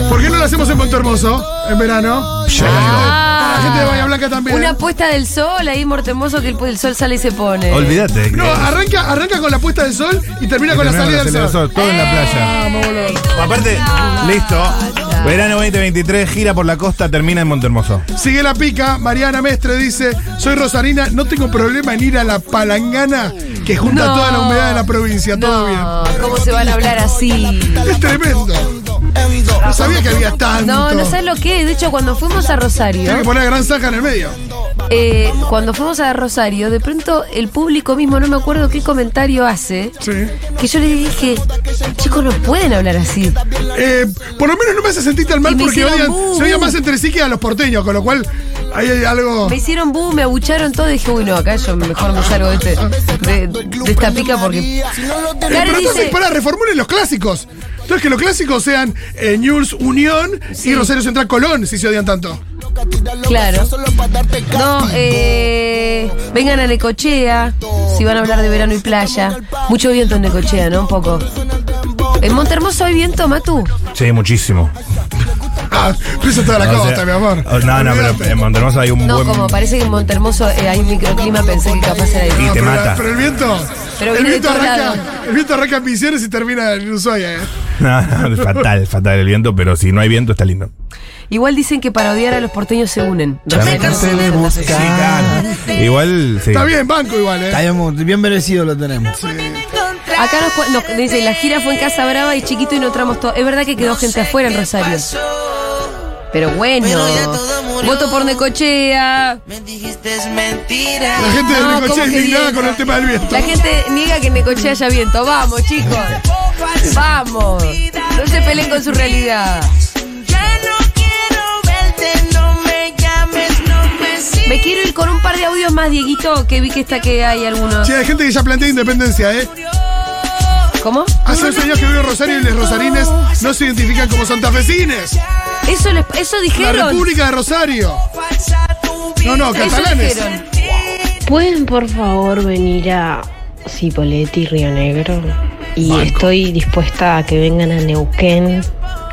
¿Por qué no lo hacemos en Puerto Hermoso en verano?
Ah,
La gente de Bahía Blanca también.
Una puesta del sol ahí, Mortemoso, que el, el sol sale y se pone.
Olvídate.
No, arranca, arranca con la puesta del sol y termina con la salida del sol. Eh,
Todo en la playa.
Vamos, boludo.
Aparte, listo. Verano 2023, gira por la costa, termina en Montehermoso.
Sigue la pica, Mariana Mestre dice, soy Rosarina, no tengo problema en ir a la palangana que junta
No.
toda la humedad de la provincia, todo
No, ¿Cómo se van a hablar así?
bien. Es tremendo. No sabía que había tanto.
No, no sabes lo que es. De hecho, cuando fuimos a Rosario,
Tiene que poner a Gran Saja en el medio.
eh, cuando fuimos a Rosario, de pronto el público mismo, no me acuerdo qué comentario hace, que yo le dije, chicos, no pueden hablar así.
Eh, por lo menos no me hace sentir tan mal
Y me
porque
hicieron
odian-
bu,
se odian
bu.
más entre sí que a los porteños, con lo cual ahí hay algo... Eh,
Me hicieron boom, me abucharon todo y dije, uy, no, acá yo mejor me salgo de, este- de- de esta pica porque.
Pero
Gary
entonces,
dice.
para, reformulen los clásicos. Entonces, que los clásicos sean eh, News Unión y Rosario Central Colón, si se odian tanto.
Claro. No, eh, vengan a Necochea, si van a hablar de verano y playa. Mucho viento en Necochea, ¿no? Un poco. En Montermoso hay viento, Matu.
Sí, muchísimo.
Ah, pero eso toda la
No, o
costa,
sea,
mi amor.
oh, No, no, pero en Montehermoso hay un
No,
buen.
como parece que en Montermoso eh, hay un microclima, pensé que capaz era
Y
de...
te
pero,
mata.
pero el viento.
Pero
el,
viene de
viento
todos
arranca,
lados.
el viento arranca en Misiones y termina en Ushuaia. eh.
No, no, fatal, fatal el viento, pero si no hay viento está lindo.
Igual dicen que para odiar a los porteños se unen.
Igual, sí.
Está bien, banco igual,
Está
¿eh?
bien, mu- bien merecido lo tenemos.
Acá nos, cua- nos dice, la gira fue en Casa Brava y chiquito y no entramos todo. Es verdad que quedó gente afuera en Rosario. Pero bueno. Voto por Necochea.
La gente
No,
de
¿cómo
Ricochea
que
indignada
bien?
con el tema del viento.
La gente niega que en Necochea haya viento. Vamos, chicos. Vamos. No se peleen con su realidad. Me quiero ir con un par de audios más, Dieguito, que vi que está que hay algunos.
Sí, hay gente que ya plantea independencia, ¿eh?
¿Cómo?
Hace 11 años que vive Rosario y los rosarines no se identifican como santafesines.
Eso, les- eso
La
dijeron.
República de Rosario. No, no,
Eso
catalanes.
dijeron.
¿Pueden por favor venir a Cipolletti, Río Negro? Y estoy dispuesta a que vengan a Neuquén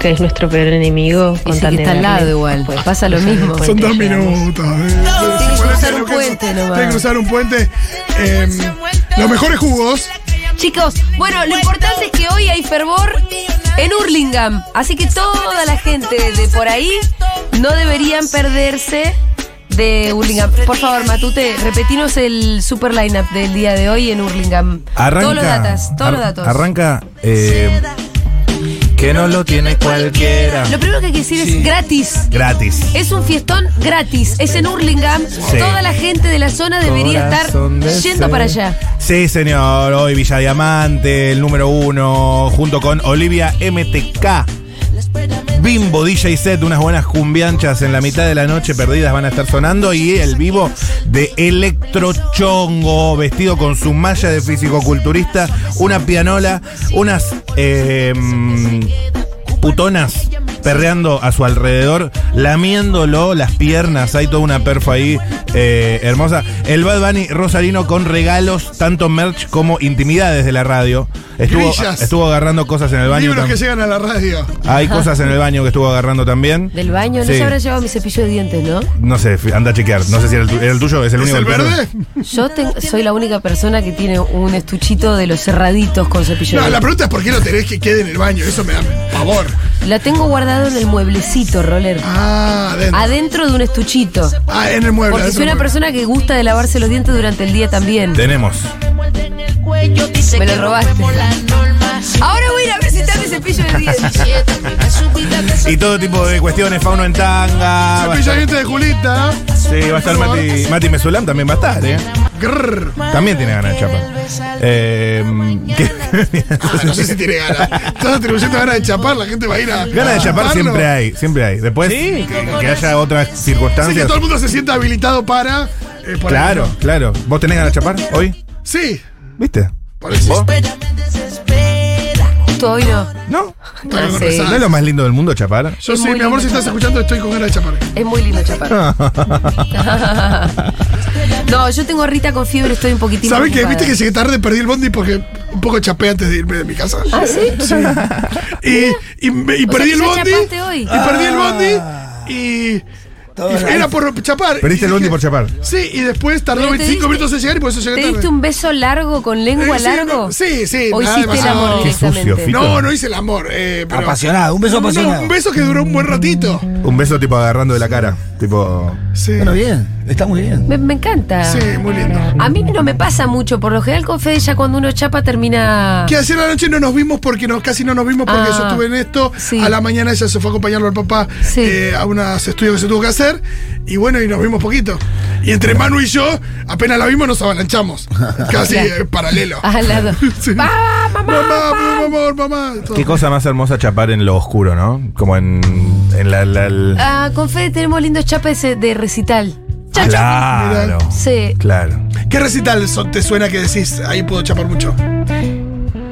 que es nuestro peor enemigo. Con
Ese
tal
que
de
está al lado
darle,
igual,
pues,
pasa lo
cruzar el
mismo.
puente,
Son dos
llegamos.
minutos. eh.
Tiene que cruzar un
Lo que-
puente nomás.
Tiene que cruzar un puente. Eh, los mejores jugos.
Chicos, bueno, lo importante es que hoy hay fervor en Hurlingham. Así que toda la gente de por ahí no deberían perderse de Hurlingham. Por favor, Matute, repetinos el super lineup del día de hoy en Hurlingham.
Arranca.
todos los datos, todos los
ar-
datos.
Arranca. eh, que no lo tiene cualquiera.
Lo primero que hay que decir es gratis.
Gratis.
Es un fiestón gratis, es en Hurlingham.
Sí.
Toda la gente de la zona debería
Corazón de
estar yendo
ser.
para allá.
Sí, señor. Hoy Villa Diamante, el número uno, junto con Olivia MTK. Bimbo DJ set, unas buenas cumbianchas en la mitad de la noche perdidas van a estar sonando y el vivo de Electro Chongo, vestido con su malla de físico-culturista, una pianola, unas eh, putonas perreando a su alrededor, lamiéndolo las piernas, hay toda una perfa ahí eh, hermosa. El Bad Bunny Rosarino con regalos, tanto merch como intimidades de la radio. Estuvo,
Grillas.
estuvo agarrando cosas en el baño.
Libros
tam-
que llegan a la radio.
hay cosas en el baño que estuvo agarrando también.
Del baño, no
Sí.
se habrá llevado mi cepillo de dientes, ¿no?
No sé, fi- anda a chequear. No sé si era el, tu- era el tuyo, es el
¿Es
único.
el
que tuyo.
verde?
Yo ten- soy la única persona que tiene un estuchito de los cerraditos con cepillo.
No,
de dientes.
la pregunta es por qué lo tenés que quede en el baño. Eso me da pavor.
la tengo guardado en el mueblecito, Roller.
Ah, adentro.
Adentro de un estuchito.
Ah, en el mueble.
Porque
adentro
soy una
del mueble.
persona que gusta de lavarse los dientes durante el día también.
Tenemos.
Me lo robaste. Ahora voy a ir a visitar mi cepillo de dientes.
Y todo tipo de cuestiones, fauno en tanga. va a
Cepillo de
estar-
dientes de Julita.
Sí, va a estar Mati, Mati Mesulam también va a estar, ¿eh?
Grrr.
También tiene ganas de chapar. Eh, ¿qué?
Ah, no sé si tiene ganas. Estás atribuyendo ganas de chapar, la gente va a ir a.
ganas de chapar
chaparlo.
siempre hay, siempre hay. Después que, que haya otras
Así que
circunstancias.
todo el mundo se sienta habilitado para. eh, por
Claro,
ejemplo.
claro. ¿Vos tenés ganas de chapar hoy?
Sí.
¿Viste?
Por eso.
¿Vos?
Justo hoy no. Ah,
No.
Está
Sí.
bien, rezar.
¿No es lo más lindo del mundo chapar?
Yo
Es
sí,
muy
mi amor, si
lindo.
estás escuchando, estoy con ganas de chapar.
Es muy lindo chapar. no, yo tengo Rita con fiebre, estoy un poquitín.
¿Saben qué?
preocupada.
Viste que llegué tarde, perdí el bondi porque un poco chapé antes de irme de mi casa.
¿Ah, sí?
Y, y, me- y
O sea
perdí
que
el
ya
bondi.
chapaste hoy.
Y perdí el bondi. Y. y era por chapar.
Ah. Perdiste
Y
el bondi
dije-
por chapar.
Sí, y después tardó
Pero te
25
diste-
minutos en llegar y por eso llegué
¿Te
tarde.
diste un beso largo con lengua
Eh, sí,
largo?
no, sí, sí,
¿O
nada
hiciste el
demasiado.
amor
Qué sucio,
directamente?
Fito.
No, no hice el amor. eh, pero-
Apasionado, un beso
No,
apasionado.
Un beso que duró un buen ratito.
Un beso tipo agarrando de la cara. Tipo.
Sí.
Bueno, bien, está muy bien.
Me, me encanta.
Sí, muy lindo.
A mí no me pasa mucho. Por lo general con Fede ya cuando uno chapa termina...
Que ayer a la noche no nos vimos porque nos, casi no nos vimos porque
Ah,
yo estuve en esto.
sí.
A la mañana ella se fue a acompañarlo al papá
Sí.
eh, a unos estudios que se tuvo que hacer. Y bueno, y nos vimos poquito. Y entre Manu y yo, apenas la vimos, nos abalanchamos. Casi
Claro.
eh, paralelo.
Al lado.
Sí.
¡Papá, mamá!
Mamá, por favor, mamá. Todo.
Qué cosa más hermosa chapar en lo oscuro, ¿no? Como en, en la... la- la-
Ah, con Fede tenemos lindos chapes eh, de recital.
claro,
Sí.
claro.
¿Qué recital son- te suena que decís? Ahí puedo chapar mucho.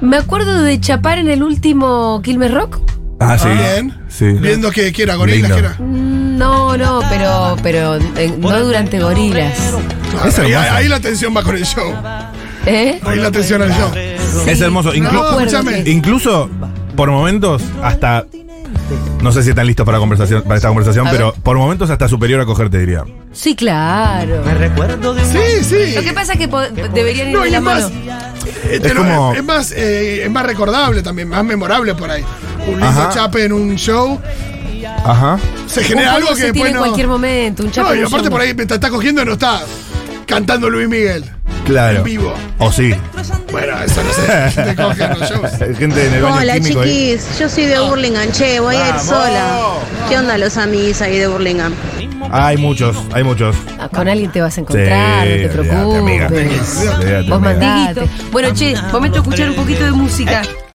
Me acuerdo de chapar en el último Quilmes Rock.
Ah, sí.
Bien.
Sí.
Viendo que, que era gorilas,
Lindo.
que era.
Mm, No, no, pero, pero eh, no durante gorilas.
Es
ahí,
hermoso.
ahí la tensión va con el show.
¿Eh?
Ahí la tensión al show.
Es hermoso. Inclu-
No,
acuerdo
escúchame.
que-
Incluso, por momentos, hasta... No sé si están listos para, conversación, para esta conversación,
A
pero por momentos hasta superior a cogerte, diría.
Sí, claro.
Sí, sí.
Lo que pasa es que po- deberían ir
No,
de
y
la
es más,
mano.
eh, te lo- es,
como-
más, eh, es más recordable también, más memorable por ahí. Un lindo
Ajá.
chape en un show
Ajá.
se
Un
genera
polvo
algo que
se tiene
después
en
no.
cualquier momento, un chape.
no, y
en un
aparte
show.
por ahí te está cogiendo y no está cantando Luis Miguel.
Claro.
En vivo.
O Oh, sí.
Bueno, eso no sé. te coge en los shows.
Gente en el baño
Hola
químico ahí.
chiquis, yo soy de Burlingame, che, voy a ir sola. ¿Qué onda los amigos ahí de Burlingame?
Hay muchos, hay muchos.
Ah, Con alguien te vas a encontrar,
Sí,
no te
olvídate, amiga.
preocupes.
Olvídate,
Vos
amiga.
mandate. Bueno, che, momento de escuchar un poquito de música.